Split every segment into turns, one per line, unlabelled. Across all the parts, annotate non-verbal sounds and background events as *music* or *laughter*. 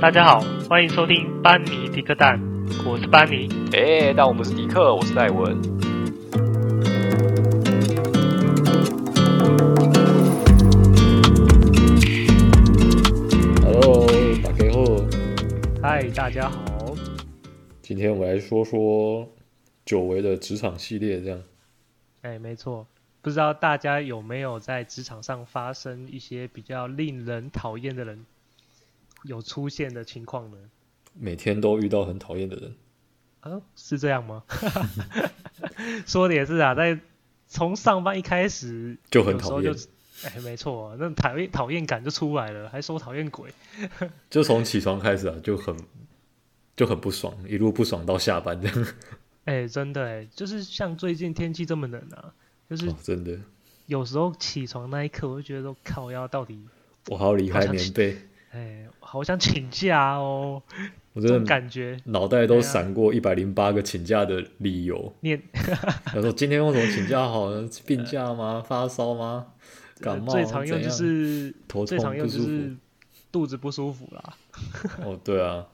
大家好，欢迎收听班尼迪克蛋，我是班尼。
哎、那我们是迪克，我是戴文。
Hello，打开后，
嗨，大家好。
今天我们来说说久违的职场系列，这样
哎，没错，不知道大家有没有在职场上发生一些比较令人讨厌的人有出现的情况呢？
每天都遇到很讨厌的人，
啊，是这样
*laughs*
吗？说的也是啊，在从上班一开始
就很
有时候
讨厌
就。哎，没错，那讨厌讨厌感就出来了，还说我讨厌鬼。
就从起床开始啊，就很就很不爽，一路不爽到下班这样。
哎，真的哎，就是像最近天气这么冷啊，就是
哦、真的，
有时候起床那一刻，我就觉得说靠腰到底，
我还要离开棉被，
哎，好想请假哦，
我
这种
真的
感觉。啊
脑袋都闪过一百零八个请假的理由。
念
他说今天用什么请假好呢？病假吗？发烧吗？感冒啊？
最常用就
怎样
是
头
最
痛
常用
不
就
舒
是
服。
肚子不舒服啦，
哦，对啊，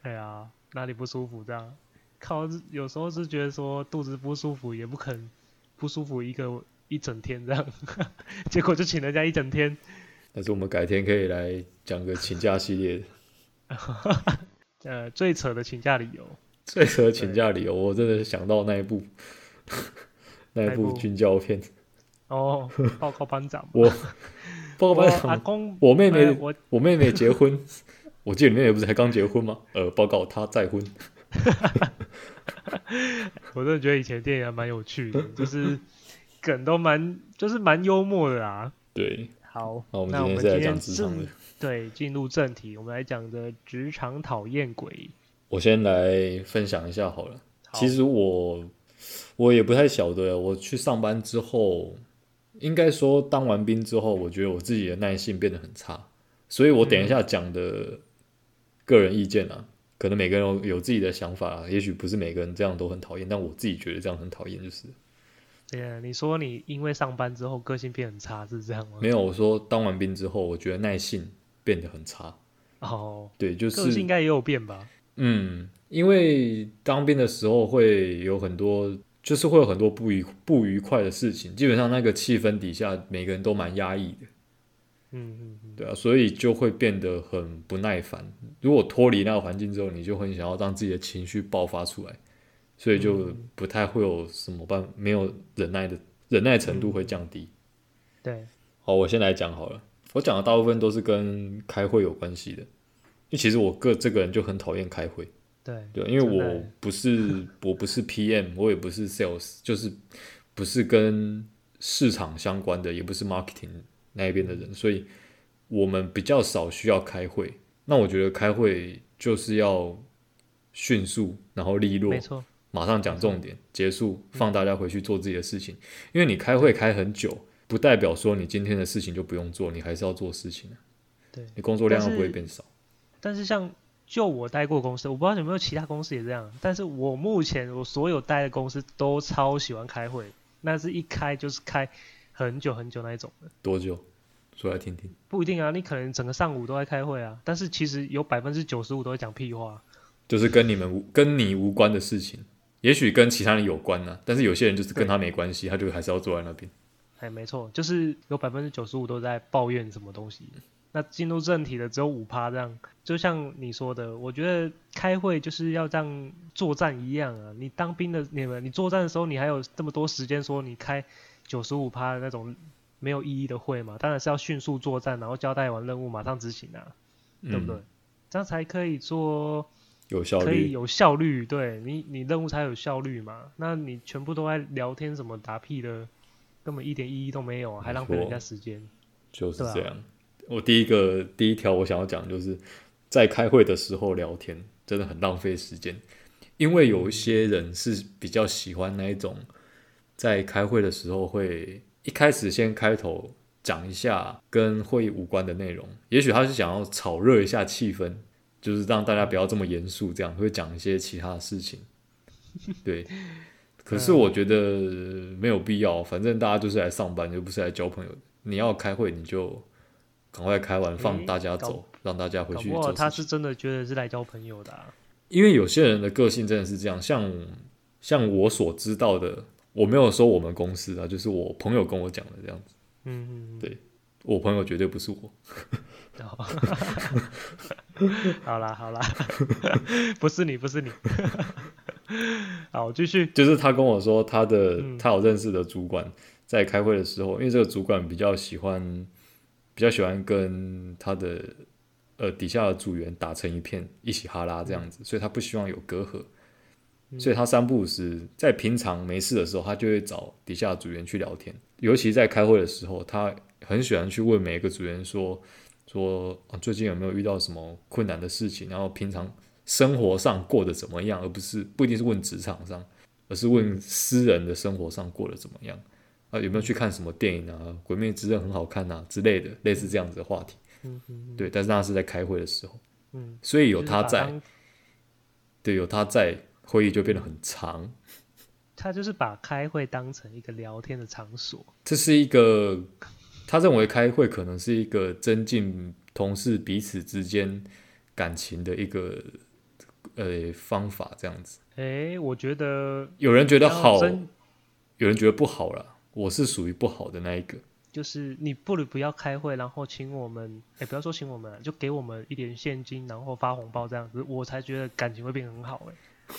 哎呀，哪里不舒服这样？靠，有时候是觉得说肚子不舒服，也不肯不舒服一个一整天这样， *laughs* 结果就请人家一整天。
但是我们改天可以来讲个请假系列的。
呃，最扯的请假理由，
最适合请假理由，我真的想到那一部 *laughs* 那
哪
一
一
部
部
军教片，，
哦，报告班长
我报告
我
班
阿
长，
公，
我妹
呃
妹
我
我妹妹结婚， *laughs* 我记得你妹妹不是才刚结婚吗？呃，报告她再婚，
我真的觉得以前电影还蛮有趣的，
*laughs*
就是梗都蛮就是蛮幽默的啦。
对，
好，
那我们
那我
今
们今
天是来
天
讲职场
正
的，
对进入正题，我们来讲的职场讨厌鬼。
我先来分享一下好了。
好
其实我我也不太晓得，我去上班之后，应该说当完兵之后，我觉得我自己的耐性变得很差，所以我等
嗯
一下讲的个人意见啊，可能每个人有有自己的想法、啊，也许不是每个人这样都很讨厌，但我自己觉得这样很讨厌，就是
呃，你说你因为上班之后个性变很差，是这样吗？
没有我说当完兵之后，我觉得耐性变得很差，
哦，
对，就
个性
是
应该也有变吧？
嗯，因为当兵的时候会有很多，就是会有很多不愉不愉快的事情。基本上那个气氛底下，每个人都蛮压抑的，
嗯嗯嗯，
对啊，所以就会变得很不耐烦。如果脱离那个环境之后，你就很想要让自己的情绪爆发出来，所以就
嗯
不太会有什么办，没有忍耐的忍耐程度会降低。
对，
好，我先来讲好了。我讲的大部分都是跟开会有关系的，因为其实我个这个人就很讨厌开会。
对，
对，因为
真的欸 *laughs*
我不是我不是 PM，我也不是 Sales，就是不是跟市场相关的，也不是 Marketing 那一边的
嗯
人，所以我们比较少需要开会。那我觉得开会就是要迅速，然后利落
没，错，嗯
马上讲重点，结束，放大家回去做自己的事情。因为你开会开很久，不代表说你今天的事情就不用做，你还是要做事情啊
对。
你工作量
但
又
是
不会变少。
但是像就我待过公司，我不知道有没有其他公司也这样，但是我目前我所有待的公司都超喜欢开会，那是一开就是开很久很久那一种的。
多久？说来听听。
不一定啊，你可能整个上午都在开会啊，但是其实有百分之九十五都在讲屁话。啊
就是跟你们无跟你无关的事情，也许跟其他人有关呢、啊但是有些人就是跟他没关系，他就还是要坐在那边。
哎，没错，就是有百分之九十五都在抱怨什么东西。那进入正题的只有五趴这样，就像你说的，我觉得开会就是要像作战一样啊。你当兵的你们，你作战的时候，你还有这么多时间说你开九十五趴的那种没有意义的会嘛？当然是要迅速作战，然后交代完任务马上执行啊，对不对
嗯？？
这样才可以做
有效
可以
率，
有效率，对你你任务才有效率嘛。那你全部都在聊天什么打屁的，根本一点意义都没有啊，还浪费人家时间。
就是
对啊
这样。我第一个第一条我想要讲的就是，在开会的时候聊天真的很浪费时间，因为有一些人是比较喜欢那一种，在开会的时候会一开始先开头讲一下跟会议无关的内容，也许他是想要炒热一下气氛，就是让大家不要这么严肃，这样会讲一些其他的事情。
*laughs*
对，可是我觉得没有必要，反正大家就是来上班，又不是来交朋友。你要开会，你就赶快开完放
诶
大家
搞
走，让大家回
搞
去
不好
做
他
事情
是。真的觉得是来交朋友的、啊。
因为有些人的个性真的是这样，像像我所知道的，我没有说我们公司啊，就是我朋友跟我讲的这样子。
嗯，嗯嗯
对我朋友绝对不是我，
好 *laughs* 好啦好啦，不是你不是你， *laughs* 好继续，
就是他跟我说他的、
嗯
他有认识的主管在开会的时候，因为这个主管比较喜欢比较喜欢跟他的呃底下的组员打成一片，一起哈拉这样子，所以他不希望有隔阂。所以他三不五时，在平常没事的时候，他就会找底下的组员去聊天。尤其在开会的时候，他很喜欢去问每一个组员说说、啊、最近有没有遇到什么困难的事情，然后平常生活上过得怎么样，而不是不一定是问职场上，而是
嗯
问私人的生活上过得怎么样啊，有没有去看什么电影啊，《鬼灭之刃》很好看啊之类的，类似这样子的话题。
嗯嗯
对，但是那是在开会的时候，
嗯，
所以有
就是
他
把
在，
当，
对，有他在，会议就变得很长。
他就是把开会当成一个聊天的场所。
这是一个他认为开会可能是一个增进同事彼此之间感情的一个呃方法，这样子。
诶，我觉得
有人觉得
要
好，
哦真
有人觉得不好啦。我是属于不好的那一个，
就是你不如不要开会，然后请我们，哎、不要说请我们啊，就给我们一点现金，然后发红包这样子，我才觉得感情会变很好、哎，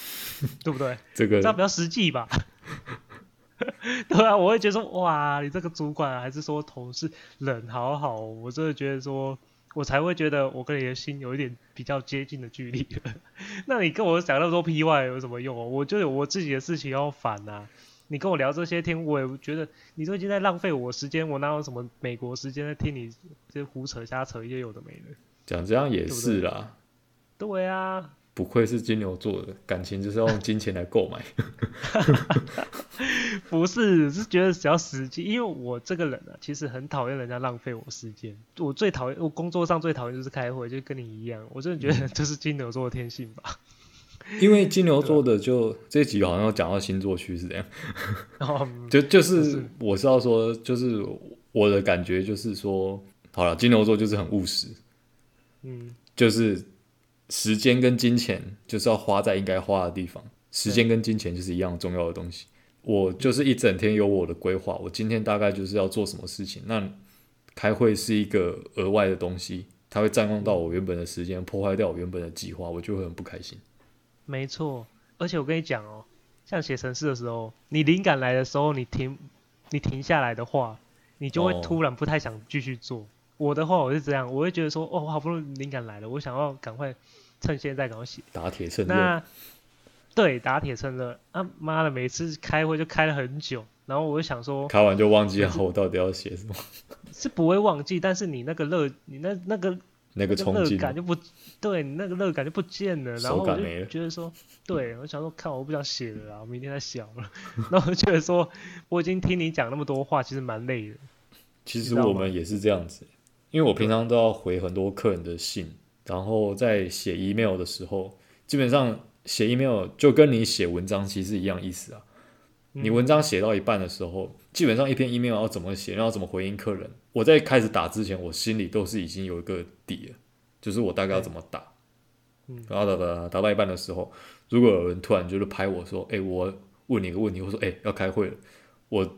对不对？
这
这样
个
比较实际吧？ *laughs* 对啊，我会觉得说，哇，你这个主管啊、还是说同事人好好哦，我真的觉得说，我才会觉得我跟你的心有一点比较接近的距离。 *laughs* 那你跟我讲那么多 P Y 有什么用哦？我就有我自己的事情要烦呐、你跟我聊这些天，我也觉得你都已经在浪费我时间，我哪有什么美国时间在听你这胡扯瞎扯一些有的没的？
讲这样也是啦。
对啊，
不愧是金牛座的，感情就是要用金钱来购买。
不是，是觉得只要实际，因为我这个人啊，其实很讨厌人家浪费我时间。我最讨厌，我工作上最讨厌就是开会，就跟你一样。我真的觉得这是金牛座的天性吧。
*laughs* 因为金牛座的就这一集好像有讲到星座趋势这样，
然后
就就是
是
我是要说，就是我的感觉就是说，好了，金牛座就是很务实，
嗯，
就是时间跟金钱就是要花在应该花的地方，时间跟金钱就是一样重要的东西。我就是一整天有我的规划，我今天大概就是要做什么事情。那开会是一个额外的东西，它会占用到我原本的时间，破坏掉我原本的计划，我就会很不开心。
没错。而且我跟你讲哦，像写程式的时候，你灵感来的时候，你停，你停下来的话，你就会
哦
突然不太想继续做。我的话，我是这样，我会觉得说，哦，好不容易灵感来了，我想要赶快趁现在赶快写。
打铁趁热，
那对打铁趁热啊，妈的，每次开会就开了很久，然后我就想说
开完就忘记了我到底要写什么，
是不会忘记，但是你那个热，你那那个
那个
那
冲
个热
劲
感就不对，你那个热感就不见了，然
手
后我
感没
就
了
觉得说，对我想说，看我不想写了啊啦，我明天再写好了。 *laughs* 然后我就觉得说，我已经听你讲那么多话，其实蛮累的。
其
你
实
知道吗
我们也是这样子，因为我平常都要回很多客人的信，然后在写 email 的时候，基本上写 email 就跟你写文章其实一样意思啊。
嗯
你文章写到一半的时候，基本上一篇 email 要怎么写，然后怎么回应客人，我在开始打之前，我心里都是已经有一个底了，就是我大概要怎么打。
嗯
然后打打打打到一半的时候，如果有人突然就是拍我说：“哎、我问你一个问题，或说哎、要开会了。”我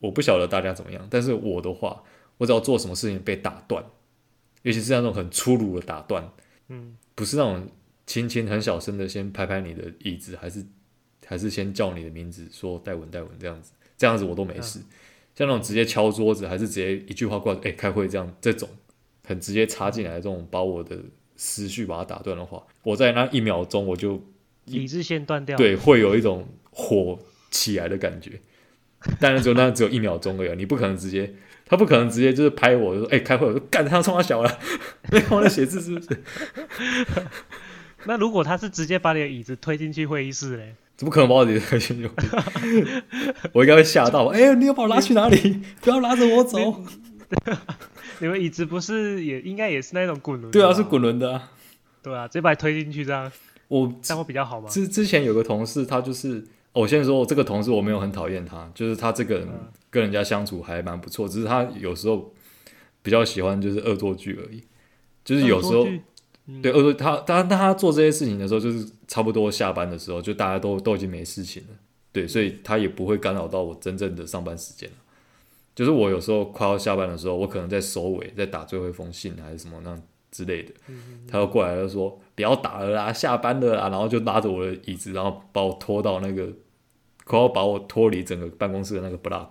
我不晓得大家怎么样，但是我的话，我只要做什么事情被打断，尤其是那种很粗鲁的打断，
嗯，
不是那种轻轻很小声的先拍拍你的椅子，还是还是先叫你的名字说戴文戴文这样子，这样子我都没事。像那种直接敲桌子，还是直接一句话过来，哎、开会这样这种很直接插进来的这种，把我的思绪把它打断的话，我在那一秒钟我就
理智线断掉。，
对，会有一种火起来的感觉。当然只有那只有一秒钟而已啊，你不可能直接，他不可能直接就是拍我就说，哎、开会，我说干他冲他小了，没看我在写字是不是？
那如果他是直接把你的椅子推进去会议室嘞，
怎么可能把我自己推进去？ *laughs* 我应该会吓到吧，哎、你要把我拉去哪里？不要拉着我走。
你们椅子不是也应该也是那种滚轮？
对啊，是。滚轮的、啊。
对啊，直接把你推进去这样，
我
这样会比较好吗？
之之前有个同事，他就是、哦我先说，我这个同事我没有很讨厌他，就是他这个人
嗯
跟人家相处还蛮不错，只是他有时候比较喜欢就是恶作剧而已，就是
恶
有时
作
候
剧嗯
对恶作他他当他做这些事情的时候，就是差不多下班的时候，就大家都都已经没事情了，对，所以他也不会干扰到我真正的上班时间了就是我有时候快要下班的时候，我可能在收尾，在打最后一封信还是什么那样之类的，他就过来就说不要打了啦，下班了啦，然后就拉着我的椅子，然后把我拖到那个，快要把我脱离整个办公室的那个 block。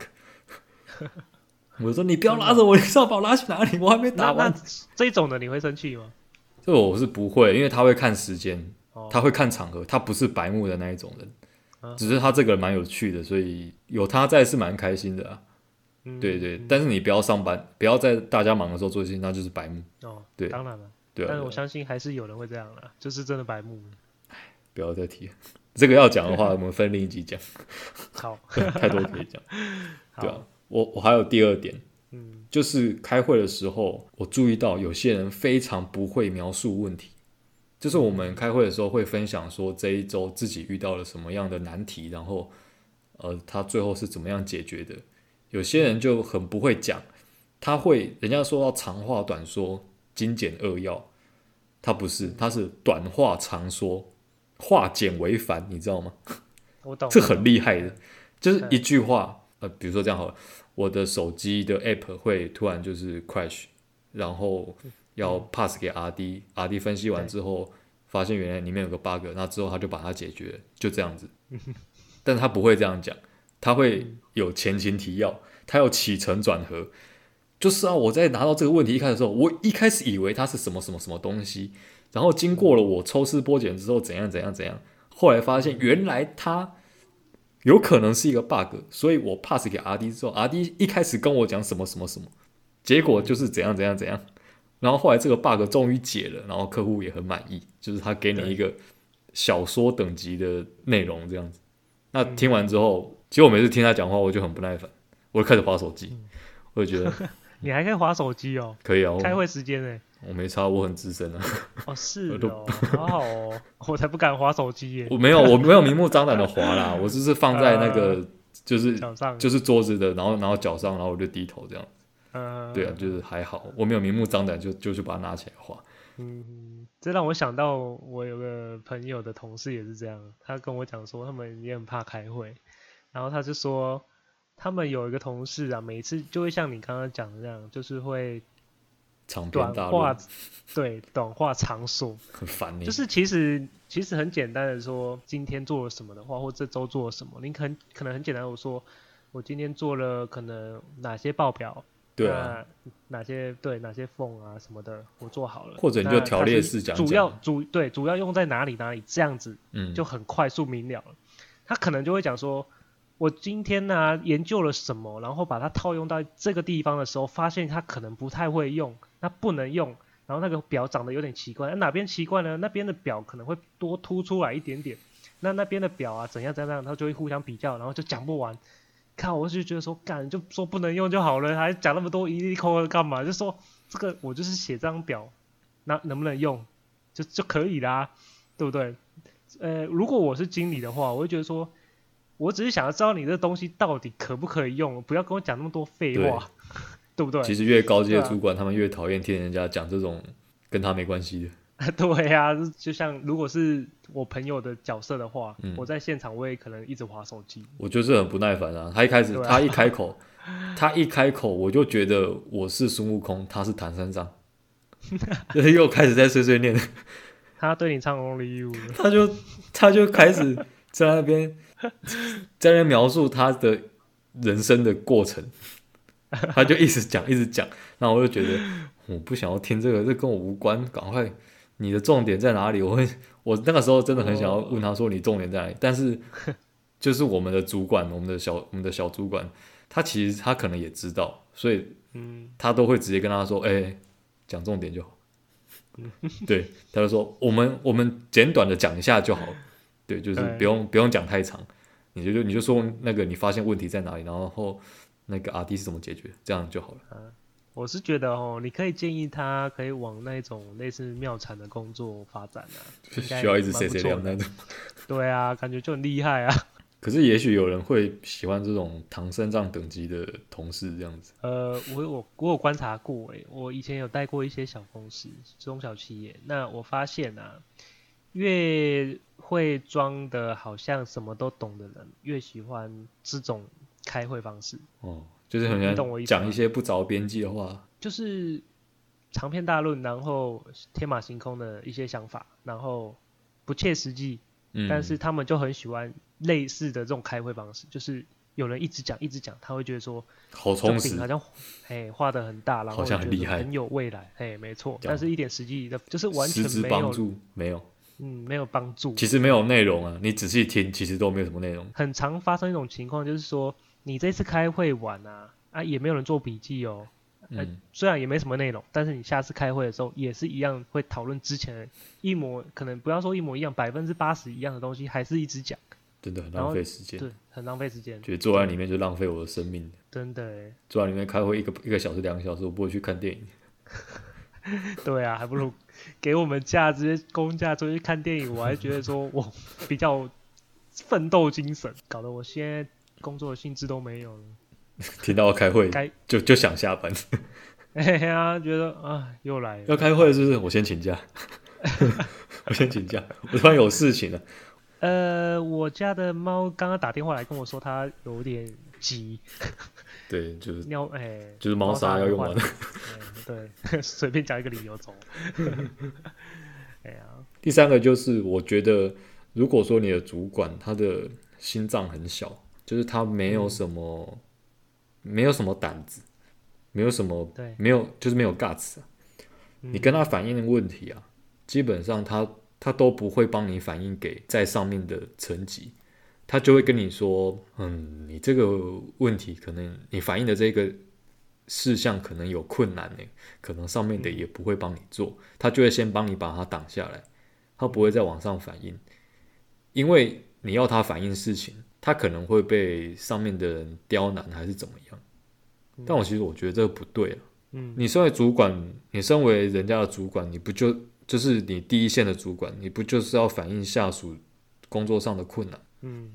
我说你不要拉着我，你知道把我拉去哪里？我还没打
那
完
那。这种的你会生气吗？
这我是不会，因为他会看时间，
哦，
他会看场合，他不是白目的那一种人，
啊
只是他这个人蛮有趣的，所以有他在是蛮开心的啊。
嗯
对对，但是你不要上班，不要在大家忙的时候做事情，那就是白目。
哦，
对
当然了，
对啊，
但是
对啊
我相信还是有人会这样啦，就是真的白目。
不要再提了 *laughs* 这个要讲的话，我们分另一
*laughs*
集讲，
好，
太多可以讲。对啊
好，，
我我还有第二点，
嗯，
就是开会的时候，我注意到有些人非常不会描述问题。就是我
嗯
们开会的时候会分享说这一周自己遇到了什么样的难题，然后呃，他最后是怎么样解决的。有些人就很不会讲，他会人家说要长话短说、精简扼要，他不是，他是短话长说，化简为繁，你知道吗？
我懂。
这很厉害的，就是
对
一句话，呃，比如说这样好了，我的手机的 app 会突然就是 crash，然后要 pass 给 RD，RD 分析完
嗯对
之后，发现原来里面有个 bug，那之后他就把它解决了，就
*laughs*
这样子。但他不会这样讲，他会
嗯
有前情提要，他有起承转合。就是啊，我在拿到这个问题一开始的时候，我一开始以为它是什么什么什么东西，然后经过了我抽丝剥茧之后，怎样怎样怎样，后来发现原来它有可能是一个 bug，所以我 pass 给 R D 之后，R D 一开始跟我讲什么什么什么，结果就是怎样怎样怎样，然后后来这个 bug 终于解了，然后客户也很满意，就是他给你一个小说等级的内容这样子。那听完之后，其实我每次听他讲话，我就很不耐烦，我就开始划手机，我就觉得
你还可以划手机哦，
可以
*laughs*
啊，我
开会时间呢？
我没差，我很资深啊。
哦，是
我都
哦，好好哦，我才不敢划手机耶。
我没有，我没有明目张胆的滑啦，我就是放在那个就是
早上
就是桌子的，然后然后脚上，然后我就低头这样。
嗯，
对啊，就是还好，我没有明目张胆就就去把它拿起来滑。
嗯，这让我想到我有个朋友的同事也是这样，他跟我讲说他们也很怕开会，然后他就说他们有一个同事啊，每次就会像你刚刚讲的那样，就是会
长篇
短
大
话
论，，
对，短话长说，
很烦你。
就是其实其实很简单的说，今天做了什么的话，或这周做了什么，你可能可能很简单，我说我今天做了可能哪些报表，
对啊，
那哪些对哪些缝啊什么的，我做好了，
或者你就
那
条
它
列
是
式讲
主
讲
要主对主要用在哪里哪里，这样子
嗯，
就很快速明了了。他可能就会讲说，我今天呢、研究了什么，然后把它套用到这个地方的时候，发现它可能不太会用，那不能用，然后那个表长得有点奇怪，那哪边奇怪呢？那边的表可能会多凸出来一点点，那那边的表啊怎样怎样怎样，他就会互相比较，然后就讲不完。看，我就觉得说，干就说不能用就好了，还讲那么多一一扣扣干嘛？就说这个我就是写这张表，那能不能用就就可以啦，对不对？呃，如果我是经理的话，我会觉得说，我只是想要知道你这东西到底可不可以用，不要跟我讲那么多废话， *laughs* 对不对？
其实越高阶
对
的
啊
主管，他们越讨厌听人家讲这种跟他没关系的。
*laughs* 对呀、就像如果是我朋友的角色的话，
嗯
我在现场我也可能一直划手机。
我就是很不耐烦啊。他一开始，
对啊
他一开
*laughs*
口，他一开口，我就觉得我是孙悟空，他是唐三藏， *laughs* 又开始在碎碎念，
他对你唱 Only You，了
他就他就开始在那边在那边描述他的人生的过程，他就一直讲一直讲，然后我就觉得我不想要听这个，这跟我无关，赶快你的重点在哪里？我会我那个时候真的很想要问他说你重点在哪里，但是就是我们的主管，我们的小我们的小主管，他其实他可能也知道，所以
嗯，
他都会直接跟他说：“哎、讲重点就好。” *laughs* 对，他就说：“我们我们简短的讲一下就好了。”对，就是
对
不用不用讲太长，你就就你就说那个你发现问题在哪里，然后那个 R D 是怎么解决，这样就好了。
我是觉得哦，你可以建议他可以往那种类似妙产的工作发展啊，应该
需要一直
蛮
谁
不
谁
错
聊
的。
那种。
对啊，感觉就很厉害啊。
可是也许有人会喜欢这种唐三藏等级的同事这样子。
呃，我我我有观察过、欸，诶，我以前有带过一些小公司、中小企业，那我发现啊，越会装的好像什么都懂的人，越喜欢这种开会方式，
哦，就是很
你懂我
难
意思
讲
吗
一些不着边际的话。
就是长篇大论，然后天马行空的一些想法，然后不切实际，
嗯，
但是他们就很喜欢类似的这种开会方式，就是有人一直讲一直讲，他会觉得说
好
这
充
饼
实
好，像哎画的很大，然后
好像很
觉得
厉害
很有未来，哎没错，
这样
但是一点实际的，就是完全
实质
没
帮
有，
助没有，
嗯，没有帮助。
其实没有内容啊。你仔细听，其实都没有什么内容。
很常发生一种情况，就是说你这次开会晚啊，啊也没有人做笔记哦，呃
嗯，
虽然也没什么内容，但是你下次开会的时候也是一样会讨论之前一模，可能不要说一模一样，百分之八十一样的东西，还是一直讲，
真的很
然
浪
后
费时间，
对，很浪费时间，
觉得坐在里面就浪费我的生命。
真的欸，
坐在里面开会一个一个小时、两个小时，我不会去看电影。 *laughs*
对啊，还不如给我们假，直接公假出去看电影，我还觉得说我比较奋斗精神，搞得我现在工作的性质都没有了，
听到要开会
该 *laughs*
就就想下班， *laughs*
哎呀，觉得啊又来了
要，开会是不是？我先请假， *laughs* 我先请假，我突然有事情了。
呃，我家的猫刚刚打电话来跟我说它有点急，
对，就是
尿哎。
就是猫砂要用完了。
嗯，对， *laughs* 随便讲一个理由走。 *laughs* 哎呀，
第三个就是，我觉得如果说你的主管他的心脏很小，就是他没有什么、没有什么胆子，没有什么
对
没有就是没有 guts，、啊、
嗯
嗯你跟他反映的问题啊，基本上他他都不会帮你反映给在上面的层级。他就会跟你说，嗯，你这个问题可能你反映的这个事项可能有困难呢、可能上面的也不会帮你做，他就会先帮你把它挡下来，他不会再往上反映，因为你要他反映事情，他可能会被上面的人刁难还是怎么样。但我其实我觉得这个不对啊，
嗯，
你身为主管，你身为人家的主管，你不就就是你第一线的主管，你不就是要反映下属工作上的困难？
嗯，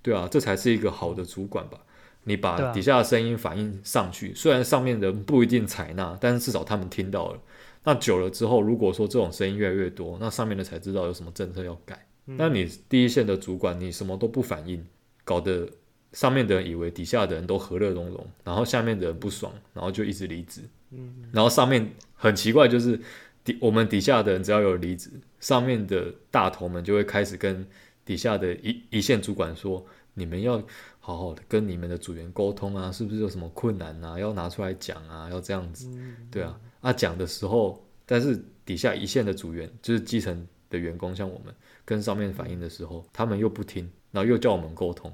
对啊，这才是一个好的主管吧。你
对
把
啊
底下的声音反映上去，虽然上面的人不一定采纳，但是至少他们听到了。那久了之后，如果说这种声音越来越多，那上面的才知道有什么政策要改。
嗯
那你第一线的主管，你什么都不反应，搞得上面的人以为底下的人都和乐融融，然后下面的人不爽，然后就一直离职。
嗯，
然后上面很奇怪，就是底我们底下的人只要有离职，上面的大头们就会开始跟底下的一一线主管说，你们要好好的跟你们的组员沟通啊，是不是有什么困难啊，要拿出来讲啊，要这样子，
嗯
对啊，啊讲的时候，但是底下一线的组员就是基层的员工，像我们跟上面反映的时候，他们又不听，然后又叫我们沟通，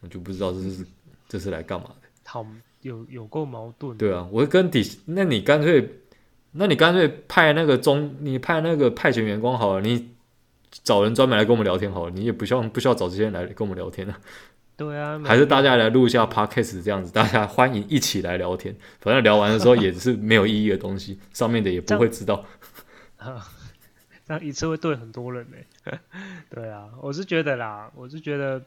我就不知道这是这是来干嘛的。
好，有有够矛盾。
对啊，我跟底，那你干脆，那你干脆派那个中，你派那个派遣员工好了，你找人专门来跟我们聊天好了，你也不需要不需要找这些人来跟我们聊天啊，
对啊，
还是大家来录一下 podcast 这样子，大家欢迎一起来聊天，反正聊完的时候也是没有意义的东西，上面的也不会知道。
这样一次会对很多人呢、对啊，我是觉得啦，我是觉得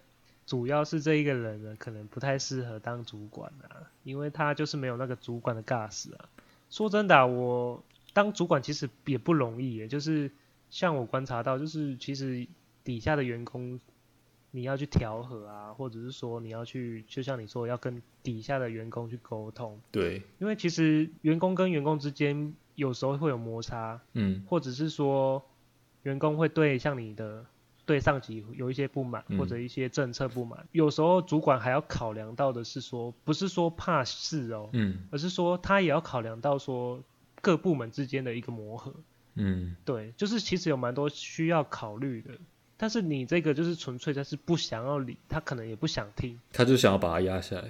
主要是这一个人呢，可能不太适合当主管啊，因为他就是没有那个主管的 gas 啊。说真的啊、我当主管其实也不容易耶，就是像我观察到，就是其实底下的员工你要去调和啊，或者是说你要去，就像你说要跟底下的员工去沟通，
对，
因为其实员工跟员工之间有时候会有摩擦，
嗯，
或者是说员工会对像你的对上级有一些不满，
嗯
或者一些政策不满，有时候主管还要考量到的是说，不是说怕事哦，
嗯，
而是说他也要考量到说各部门之间的一个磨合，
嗯，
对，就是其实有蛮多需要考虑的。但是你这个就是纯粹他是不想要理，他可能也不想听，
他就想要把它压下来，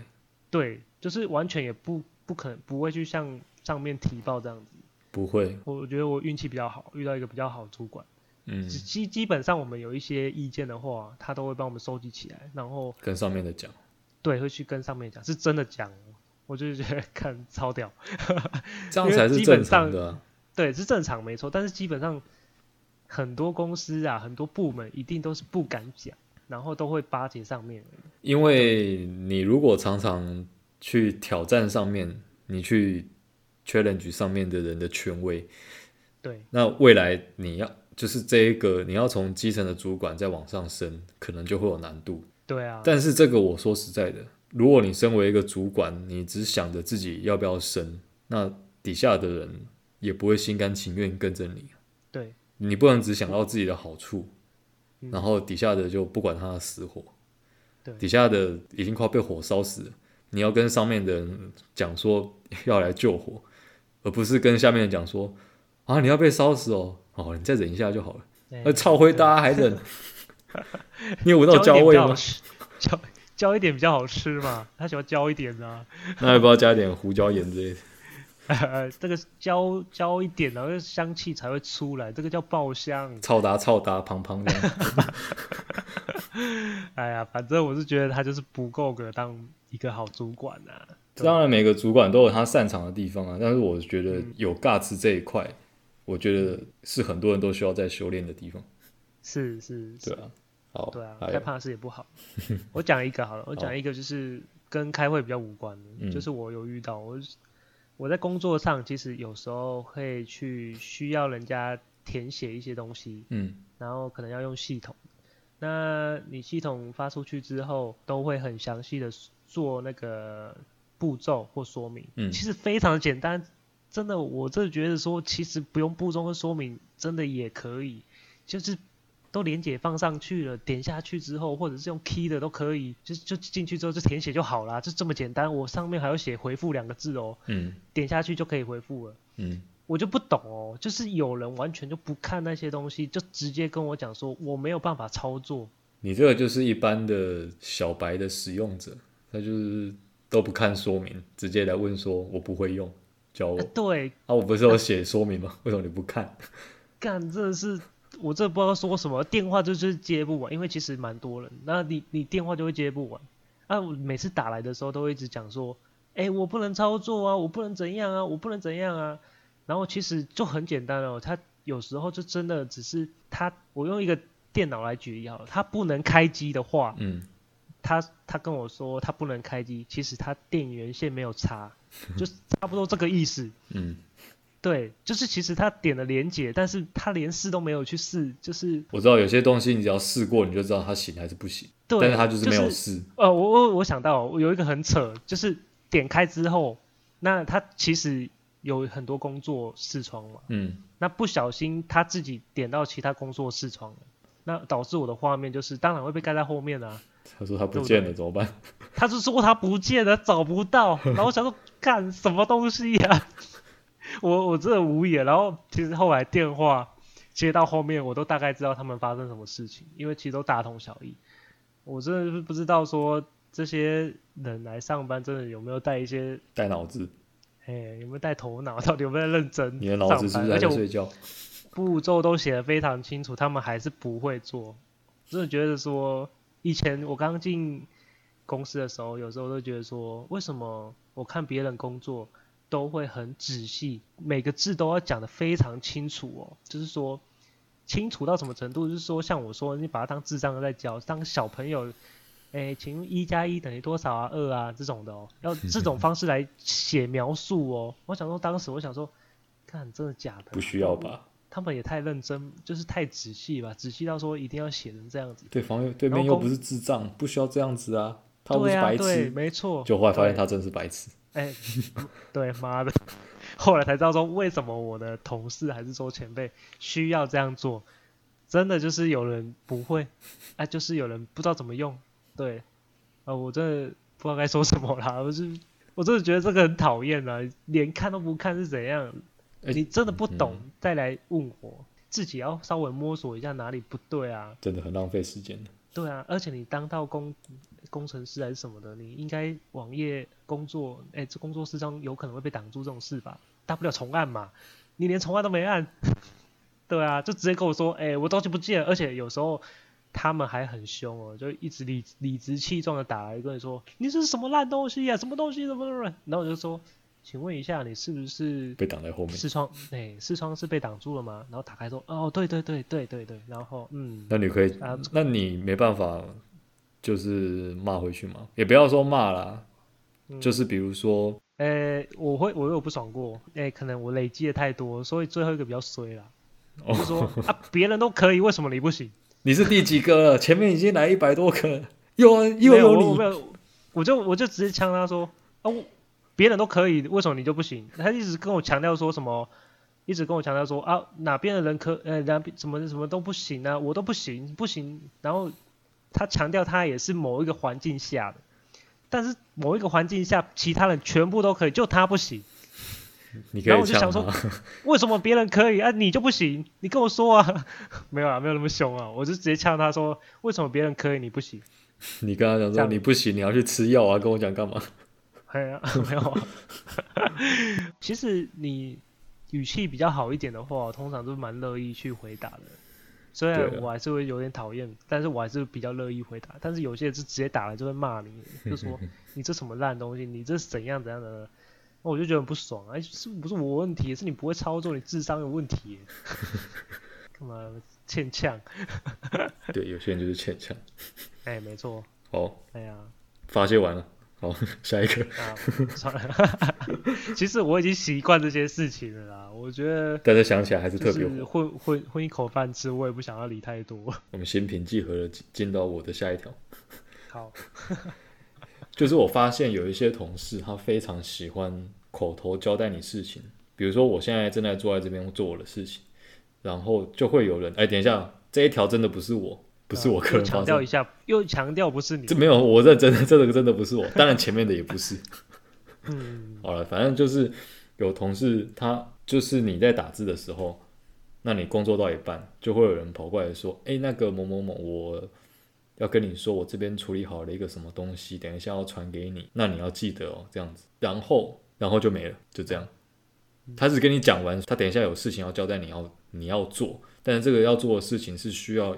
对，就是完全也不不可能不会去向上面提报这样子。
不会，
我觉得我运气比较好，遇到一个比较好的主管。
嗯，
基基基本上我们有一些意见的话，他都会帮我们收集起来，然后
跟上面的讲，
对会去跟上面讲，是真的讲哦。我就是觉得看 *laughs* 超屌，
这样才
因为
是
基本
正常
上
的、啊，
对，是正常没错。但是基本上很多公司啊，很多部门一定都是不敢讲，然后都会巴结上面而已。
因为你如果常常去挑战上面，你去 challenge 上面的人的权威，
对，
那未来你要就是这一个，你要从基层的主管再往上升，可能就会有难度。
对啊，
但是这个我说实在的，如果你身为一个主管，你只想着自己要不要升，那底下的人也不会心甘情愿跟着你。
对，
你不能只想到自己的好处，
嗯
然后底下的就不管他的死活。
对
底下的已经快被火烧死了，你要跟上面的人讲说 *laughs* 要来救火，而不是跟下面的讲说啊你要被烧死哦，哦你再忍一下就好了。
哎
那呃超灰大家还
*laughs*
忍，你有闻到焦
焦一点比
味
较好
吗？
吃， *laughs* 焦焦一点比较好吃嘛， *laughs* 他喜欢焦一点啊。
*laughs* 那要不要加点胡椒盐之类的？ *laughs*
呃这个焦焦一点，然后香气才会出来，这个叫爆香。
超搭超搭，胖胖的。
哎呀，反正我是觉得他就是不够格当一个好主管啊。
当然，每个主管都有他擅长的地方啊，但是我觉得有 guts 这一块，我觉得是很多人都需要在修炼的地方。
是是是
对，啊，好，
对啊，
还
太
有
怕是也不
*laughs*
好。我讲一个好了，我讲一个就是跟开会比较无关的，
嗯
就是我有遇到我我在工作上其实有时候会去需要人家填写一些东西，
嗯，
然后可能要用系统。那你系统发出去之后，都会很详细的做那个步骤或说明，
嗯
其实非常简单。真的，我真的觉得说，其实不用步骤跟说明，真的也可以，就是都连解放上去了，点下去之后，或者是用 key 的都可以，就就进去之后就填写就好啦，就这么简单。我上面还要写回复两个字哦，
嗯
点下去就可以回复了。
嗯
我就不懂哦，就是有人完全就不看那些东西，就直接跟我讲说我没有办法操作。
你这个就是一般的小白的使用者，他就是都不看说明，直接来问说我不会用，教我
啊、对，
啊，我不是有写说明吗？为什么你不看？
干真的是我这不知道说什么，电话就是接不完，因为其实蛮多人，那你你电话就会接不完。啊，我每次打来的时候都会一直讲说，哎、我不能操作啊，我不能怎样啊，我不能怎样啊。然后其实就很简单哦，他有时候就真的只是他，我用一个电脑来举例好了，他不能开机的话，
嗯
他他跟我说他不能开机，其实他电源线没有插，就是差不多这个意思。
嗯，
对，就是其实他点了连接，但是他连试都没有去试，就是
我知道有些东西你只要试过，你就知道它行还是不行，
对，
但是它就是没有
就
试。
呃，我我我想到我有一个很扯，就是点开之后，那他其实有很多工作视窗嘛，
嗯
那不小心他自己点到其他工作视窗了，那导致我的画面就是当然会被盖在后面啊。
他说他不见了，怎么办？
他就说他不见了，找不到。然后我想说，干什么东西呀、 *laughs* 我我真的无语了。然后其实后来电话接到后面，我都大概知道他们发生什么事情，因为其实都大同小异。我真的是不知道说这些人来上班，真的有没有带一些，
带脑子，
哎、有没有带头脑， *laughs* 到底有没有认真
你的脑子是不
上班
是还
而且
在
我
睡觉？
步骤都写的非常清楚，他们还是不会做。真的觉得说，以前我刚进公司的时候，有时候都觉得说，为什么我看别人工作都会很仔细，每个字都要讲的非常清楚哦，就是说清楚到什么程度？就是说，像我说，你把它当智障在教，当小朋友。哎，请问一加一等于多少啊？二啊，这种的哦，
*laughs*
要这种方式来写描述哦。我想说，当时我想说，看真的假的？
不需要吧？
他们也太认真，就是太仔细吧，仔细到说一定要写成这样子。
对方又对面
然后
又
公
不是智障，不需要这样子啊，他又不
对
是
啊，
白
对，
痴。
没错。
就后来发现他真的是白痴，
哎，对，妈的！ *laughs* 后来才知道说为什么我的同事还是说前辈需要这样做，真的就是有人不会，啊，就是有人不知道怎么用。对，啊、我真的不知道该说什么啦， *laughs* 我是我真的觉得这个很讨厌啊，连看都不看是怎样？
哎
你真的不懂、再来问我，自己要稍微摸索一下哪里不对啊。
真的很浪费时间。
对啊，而且你当到工工程师还是什么的，你应该网页工作，哎、这工作室上有可能会被挡住这种事吧？大不了重按嘛，你连重按都没按， *laughs* 对啊，就直接跟我说，哎、我东西不见了，而且有时候他们还很凶哦，就一直理理直气壮的打来跟你说，你这是什么烂东西呀、什么东西什么什么，然后我就说，请问一下，你是不是
被挡在后面。
视窗？哎、视窗是被挡住了吗？”然后打开说：“哦，对对对对对对。”然后嗯，
那你可以
啊，
那你没办法，就是骂回去嘛，也不要说骂啦，就是比如说，
呃，我会我有不爽过，哎、可能我累积的太多，所以最后一个比较衰啦。
哦
就说啊，别人都可以，为什么你不行？
你是第几个了？前面已经来一百多个了，又啊又
没有我我
有
没
你，
有，我就我就直接呛他说啊，我别人都可以，为什么你就不行？他一直跟我强调说什么，一直跟我强调说啊，哪边的人可呃哪边什么什么都不行啊，我都不行不行。然后他强调他也是某一个环境下的，但是某一个环境下其他人全部都可以，就他不行。
你可
然后我
以
就想
呛
说
他。，
为什么别人可以啊，你就不行？你跟我说啊， *laughs* 没有啊，没有那么凶啊，我就直接呛他说，为什么别人可以你不行？
你跟他讲
这
说
样
你不行，你要去吃药啊，跟我讲干嘛？ *laughs*
哎呀， *laughs* 没有啊。其实你语气比较好一点的话，通常都蛮乐意去回答的。虽
对啊
然我还是会有点讨厌，但是我还是比较乐意回答。但是有些人是直接打来就会骂你，就 *laughs* 说你这什么烂东西，你这是怎样怎样的，那我就觉得很不爽啊！哎是不是我问题？是你不会操作，你智商有问 *laughs* 题耶。干嘛欠呛？
对，有些人就是欠呛。
哎，没错，
好，
哎呀，
发泄完了，好， *laughs* 下一个。
*laughs* 啊，算了。其实我已经习惯这些事情了啦，我觉得。
大家想起来还是
就
特别
是
火。
混混混一口饭吃，我也不想要理太多。
我们心平气和的进到我的下一条，
好，
就是我发现有一些同事他非常喜欢口头交代你事情，比如说我现在正在坐在这边做我的事情，然后就会有人哎，等一下，这一条真的不是我， *laughs* 不是我
啊
个
又
人
强
发
调
生
一，下，又强调不是你哦
这。没有，我认真的，这个真的不是我，当然前面的也不是。
*laughs* 嗯，
好了，反正就是有同事他就是你在打字的时候，那你工作到一半，就会有人跑过来说：“哎、那个某某某，我要跟你说，我这边处理好了一个什么东西，等一下要传给你，那你要记得哦，这样子。”然后，然后就没了，就这样。
嗯
他只跟你讲完，他等一下有事情要交代你要你要做，但是这个要做的事情是需要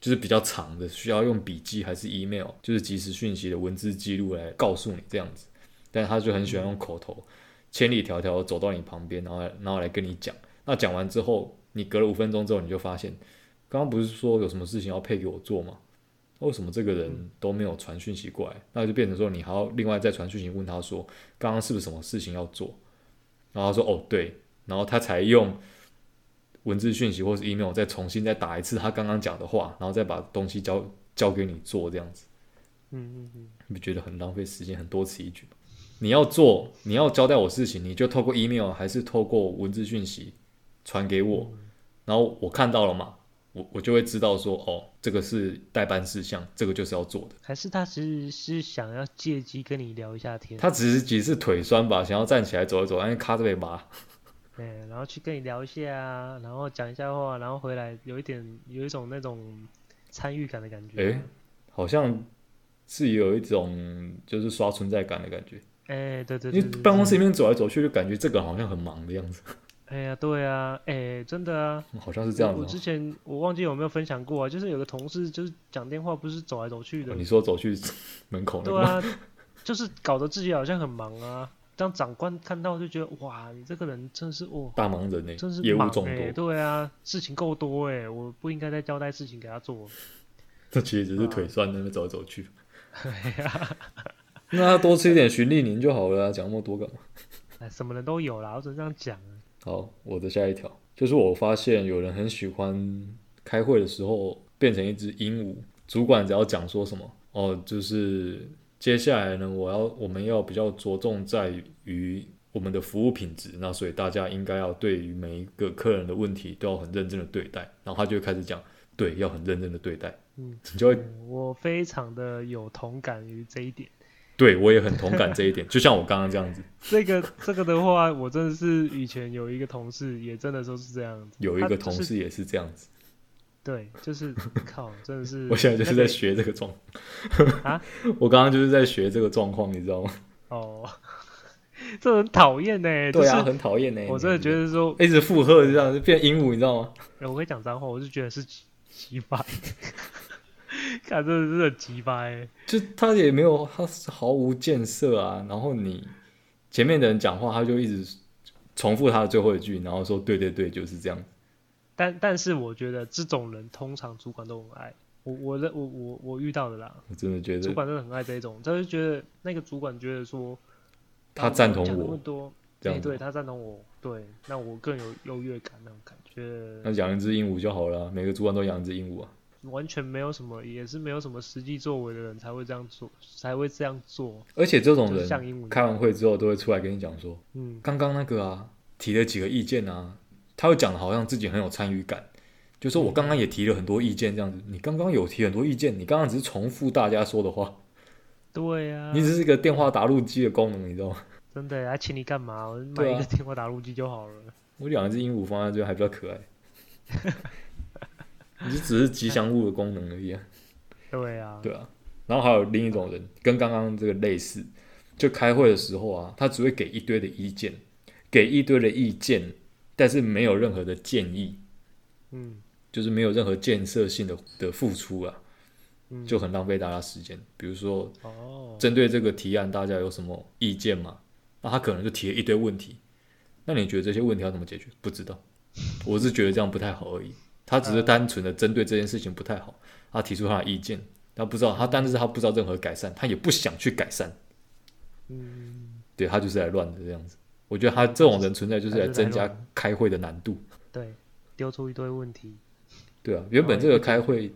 就是比较长的，需要用笔记还是 email，就是即时讯息的文字记录来告诉你这样子。但他就很喜欢用口头，千里迢迢走到你旁边，然后来然后来跟你讲。那讲完之后，你隔了五分钟之后，你就发现，刚刚不是说有什么事情要配给我做吗？那为什么这个人都没有传讯息过来？那就变成说你还要另外再传讯息问他说，刚刚是不是什么事情要做？然后他说哦对，然后他才用文字讯息或是 email 再重新再打一次他刚刚讲的话，然后再把东西交交给你做这样子。
嗯嗯嗯，
你不觉得很浪费时间，很多此一举吗？你要做，你要交代我事情，你就透过 email 还是透过文字讯息传给我，然后我看到了嘛，我我就会知道说，哦，这个是代办事项，这个就是要做的。
还是他其实是想要借机跟你聊一下天，
他只是只是腿酸吧，想要站起来走一走，但是卡着尾巴。
哎、然后去跟你聊一下啊，然后讲一下话，然后回来有一点有一种那种参与感的感觉。
诶好像是有一种就是刷存在感的感觉，
哎、对对
因为
对对
办公室
对
里面走来走去，就感觉这个人好像很忙的样子， *laughs*
哎呀，对啊，哎、真的啊，
好像是这样
我我之
子哦、
前我忘记有没有分享过啊，就是有个同事就是讲电话不是走来走去的
哦。，你说走去 *laughs* 门口那个 *laughs*
对
吗，
啊， *laughs* 就是搞得自己好像很忙啊，让长官看到就觉得哇，你这个人真是哦，
大忙人呢、
真是
业务
忙
众多。
欸对啊，事情够多哎、我不应该再交代事情给他做。
这其实只是
啊哎
腿酸在那边走来走
*laughs*
去。 *laughs* 那他多吃一点循利宁就好了啊、讲那么多干嘛？
哎，什么人都有啦，我只能这样讲啊。
好，我的下一条就是我发现有人很喜欢开会的时候变成一只鹦鹉，主管只要讲说什么哦，就是接下来呢，我要我们要比较着重在于我们的服务品质，那所以大家应该要对于每一个客人的问题都要很认真的对待，然后他就会开始讲，对，要很认真的对待，
嗯，
你就会
嗯我非常的有同感于这一点。
对我也很同感这一点，就像我刚刚这样子。
这个 *laughs* 这个的话，我真的是以前有一个同事，也真的都是这样子。
有一
他
个
就
同
是
事也是这样子，
对，就是靠，真的是。
*laughs* 我现在就是在
那个
学这个状
啊，
*laughs* 我刚刚就是在学这个状况，你知道吗？
哦， *laughs* 这很讨厌呢。
对啊，
就是
很讨厌呢。
我真的觉得说，
一直附和这样，变鹦鹉，你知道吗？
欸我跟你讲脏话，我就觉得是鸡鸡掰， *laughs* 看真的是很鸡掰欸。
就他也没有，他毫无建设啊。然后你前面的人讲话，他就一直重复他的最后一句，然后说对对对，就是这样。
但但是我觉得这种人通常主管都很爱我，我的我我我遇到的啦，
我真的觉
主
得
管真的很爱这一种，他就觉得那个主管觉得说
他赞同
讲那么
我
多，
这
哎、
样
对
子。
他赞同我，对，那我更有优越感那种感觉，
那养一只鹦鹉就好了啊，每个主管都养一只鹦鹉啊。
完全没有什么，也是没有什么实际作为的人才会这样做，才会这样做，
而且这种
就是像
人
英文，
开完会之后都会出来跟你讲说，
嗯，
刚刚那个啊，提了几个意见啊，他又讲的好像自己很有参与感，就说我刚刚也提了很多意见这样子。你刚刚有提很多意见，你刚刚只是重复大家说的话，
对啊呀、
你只是一个电话打录机的功能，你知道吗？
真的，还请你干嘛？我买
对啊
一个电话打录机就好了。
我养一只鹦鹉放在这边还比较可爱，你就只是吉祥物的功能而已啊。
对啊，
对啊，然后还有另一种人，跟刚刚这个类似，就开会的时候啊，他只会给一堆的意见，给一堆的意见，但是没有任何的建议，
嗯
就是没有任何建设性的的付出啊，
嗯，
就很浪费大家时间。比如说，
哦，
针对这个提案，大家有什么意见吗？那他可能就提了一堆问题，那你觉得这些问题要怎么解决？不知道，我是觉得这样不太好而已。他只是单纯的针对这件事情不太好，他提出他的意见，他不知道他，但是他不知道任何改善，他也不想去改善，
嗯，
对他就是来乱的这样子。我觉得他这种人存在就是来增
他就是来
加开会的难度，
对，丢出一堆问题，
对啊，原本这个开会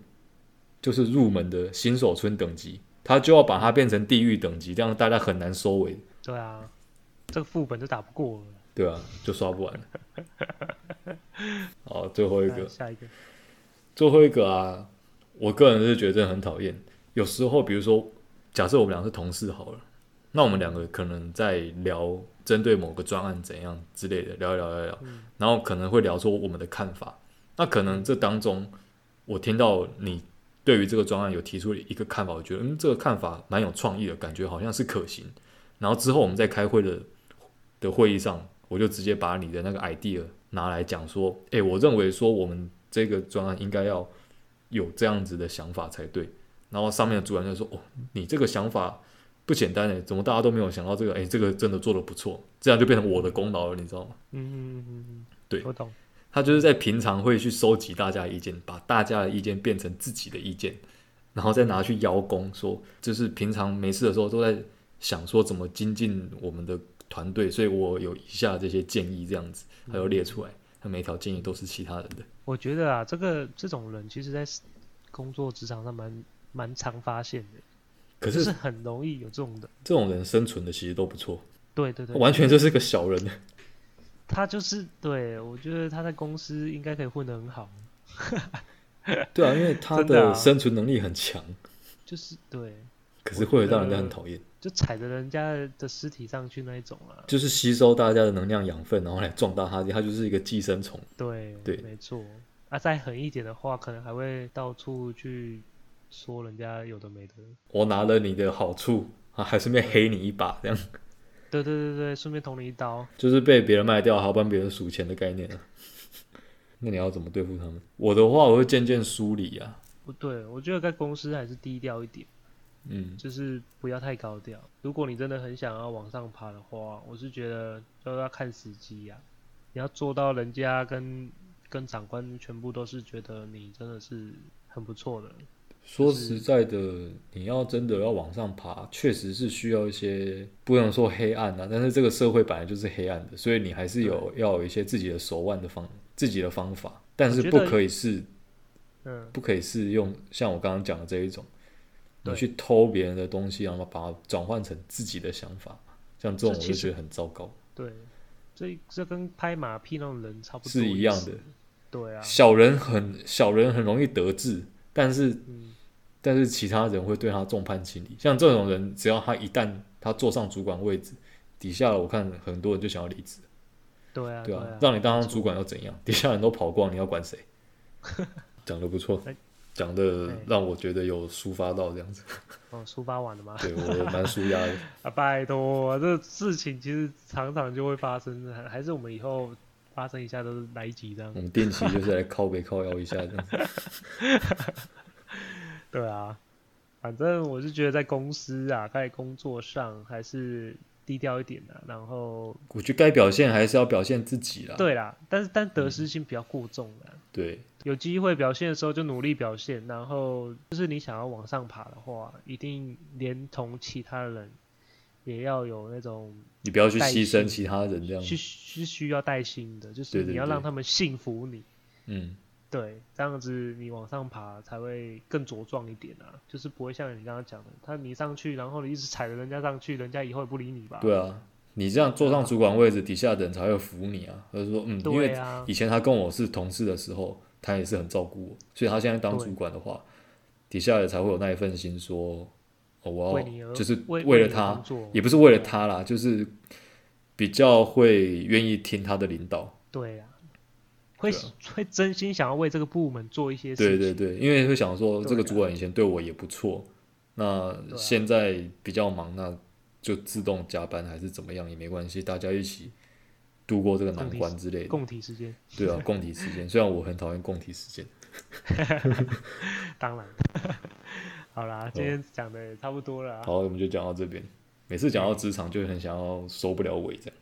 就是入门的新手村等级，他就要把它变成地狱等级，这样大家很难收尾。
对啊，这个副本就打不过了。
对啊，就刷不完了。好，最后一
那
个，
下一个，
最后一个啊，我个人是觉得很讨厌。有时候，比如说，假设我们俩是同事好了，那我们两个可能在聊针对某个专案怎样之类的，聊一聊聊一聊，
嗯
然后可能会聊说我们的看法。那可能这当中，我听到你对于这个专案有提出一个看法，我觉得嗯，这个看法蛮有创意的，感觉好像是可行。然后之后我们在开会的的会议上，我就直接把你的那个 idea 拿来讲说，诶，我认为说我们这个专案应该要有这样子的想法才对。然后上面的主管就说，哦，你这个想法不简单诶，怎么大家都没有想到这个？诶，这个真的做的不错，这样就变成我的功劳了，你知道吗？
嗯嗯嗯嗯，
对
我懂，
他就是在平常会去收集大家的意见，把大家的意见变成自己的意见，然后再拿去邀功，说就是平常没事的时候都在想说怎么精进我们的团队，所以我有以下这些建议这样子，他就列出来，他每一条建议都是其他人的，
我觉得啊，这个这种人其实在工作职场上蛮蛮常发现的，
可
就是是很容易有这种的。
这种人生存的其实都不错，
对对对，
完全就是个小人。
他就是对我觉得他在公司应该可以混得很好，
*laughs* 对啊，因为他
真的
的
啊
生存能力很强，
就是对，
可是会让人家很讨厌，
就踩着人家的尸体上去那一种啊。
就是吸收大家的能量养分，然后来壮大他，他就是一个寄生虫。
对，
对
没错。啊，再狠一点的话，可能还会到处去说人家有的没的。
我拿了你的好处啊，还顺便黑你一把，这样
对对对对，顺便捅你一刀。
就是被别人卖掉，还要帮别人数钱的概念啊。 *laughs* 那你要怎么对付他们？我的话，我会渐渐梳理啊，
不对，我觉得在公司还是低调一点，
嗯，
就是不要太高调。如果你真的很想要往上爬的话，我是觉得就要看时机呀、你要做到人家跟跟长官全部都是觉得你真的是很不错的。
说实在的，你要真的要往上爬，确实是需要一些不能说黑暗啊，但是这个社会本来就是黑暗的，所以你还是有要有一些自己的手腕的方，自己的方法，但是
我觉
不
得
可以是
嗯，
不可以是用像我刚刚讲的这一种，你
对
去偷别人的东西，然后把它转换成自己的想法，像
这
这种我
其
就
实
觉得很糟糕，
对，这这跟拍马屁那种人差不多
是一样的。。
对啊，
小人很小人很容易得志，但是
嗯，
但是其他人会对他众叛亲离。像这种人，只要他一旦他坐上主管位置，底下我看很多人就想要离职，
对啊，
对
啊
啊，，让你当上主管要怎样？底下人都跑光，你要管
*laughs*
谁？讲的不错
哎，
讲的
哎
让我觉得有抒发到这样子，
哦，抒发完了吗？ *laughs*
对我蛮舒压的。
啊，拜托，这事情其实常常就会发生，还还是我们以后发生一下都是来一集这样
我。们定期就是来靠背靠腰一下这样子。
对啊，反正我是觉得在公司啊，在工作上还是低调一点啊，然后
我觉得该表现还是要表现自己啦。
对啦，但是但得
嗯
失心不要过重啦。
对
有机会表现的时候就努力表现，然后就是你想要往上爬的话，一定连同其他人也要有那种
你不要去
带
牺牲
薪
其他人这样。
是是需要带薪的，就是
对对
你要
对
让他们信服你，
嗯，
对，这样子你往上爬才会更茁壮一点啊，就是不会像你刚刚讲的，他你上去，然后你一直踩着人家上去，人家以后也不理你吧？
对啊，你这样坐上主管位置，底下的人才会服你啊。他就说，嗯，因
对
为
啊，
以前他跟我是同事的时候，他也是很照顾我，所以他现在当
对
主管的话，底下也才会有那一份心说，哦，我
为你而
要就是
为
为了
你而
他
工，作
也不是为了他啦，就是比较会愿意听他的领导。
对啊，会
对啊
会真心想要为这个部门做一些事
对
情，
对对，因为会想说
对
这个
啊
主管以前对我也不错，那
对啊
现在比较忙，那就自动加班还是怎么样也没关系，大家一起度过这个难
共体
关之类的。
共体时间，
对啊，共体时间，虽然我很讨厌共体时间。
当然。 *laughs* 好啦，今天讲的也差不多了、啊。
哦好，我们就讲到这边。每次讲到职场，就很想要收不了尾这样。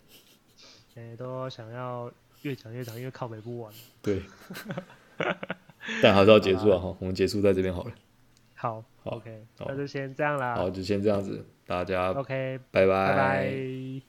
哎、都想要越讲越长，因为靠北不完。
对， *laughs* 但还是要结束啊哈，我们结束在这边好了。
好
好
o k
好
那就先这样啦。
好，就先这样子，大家
OK，
拜
拜拜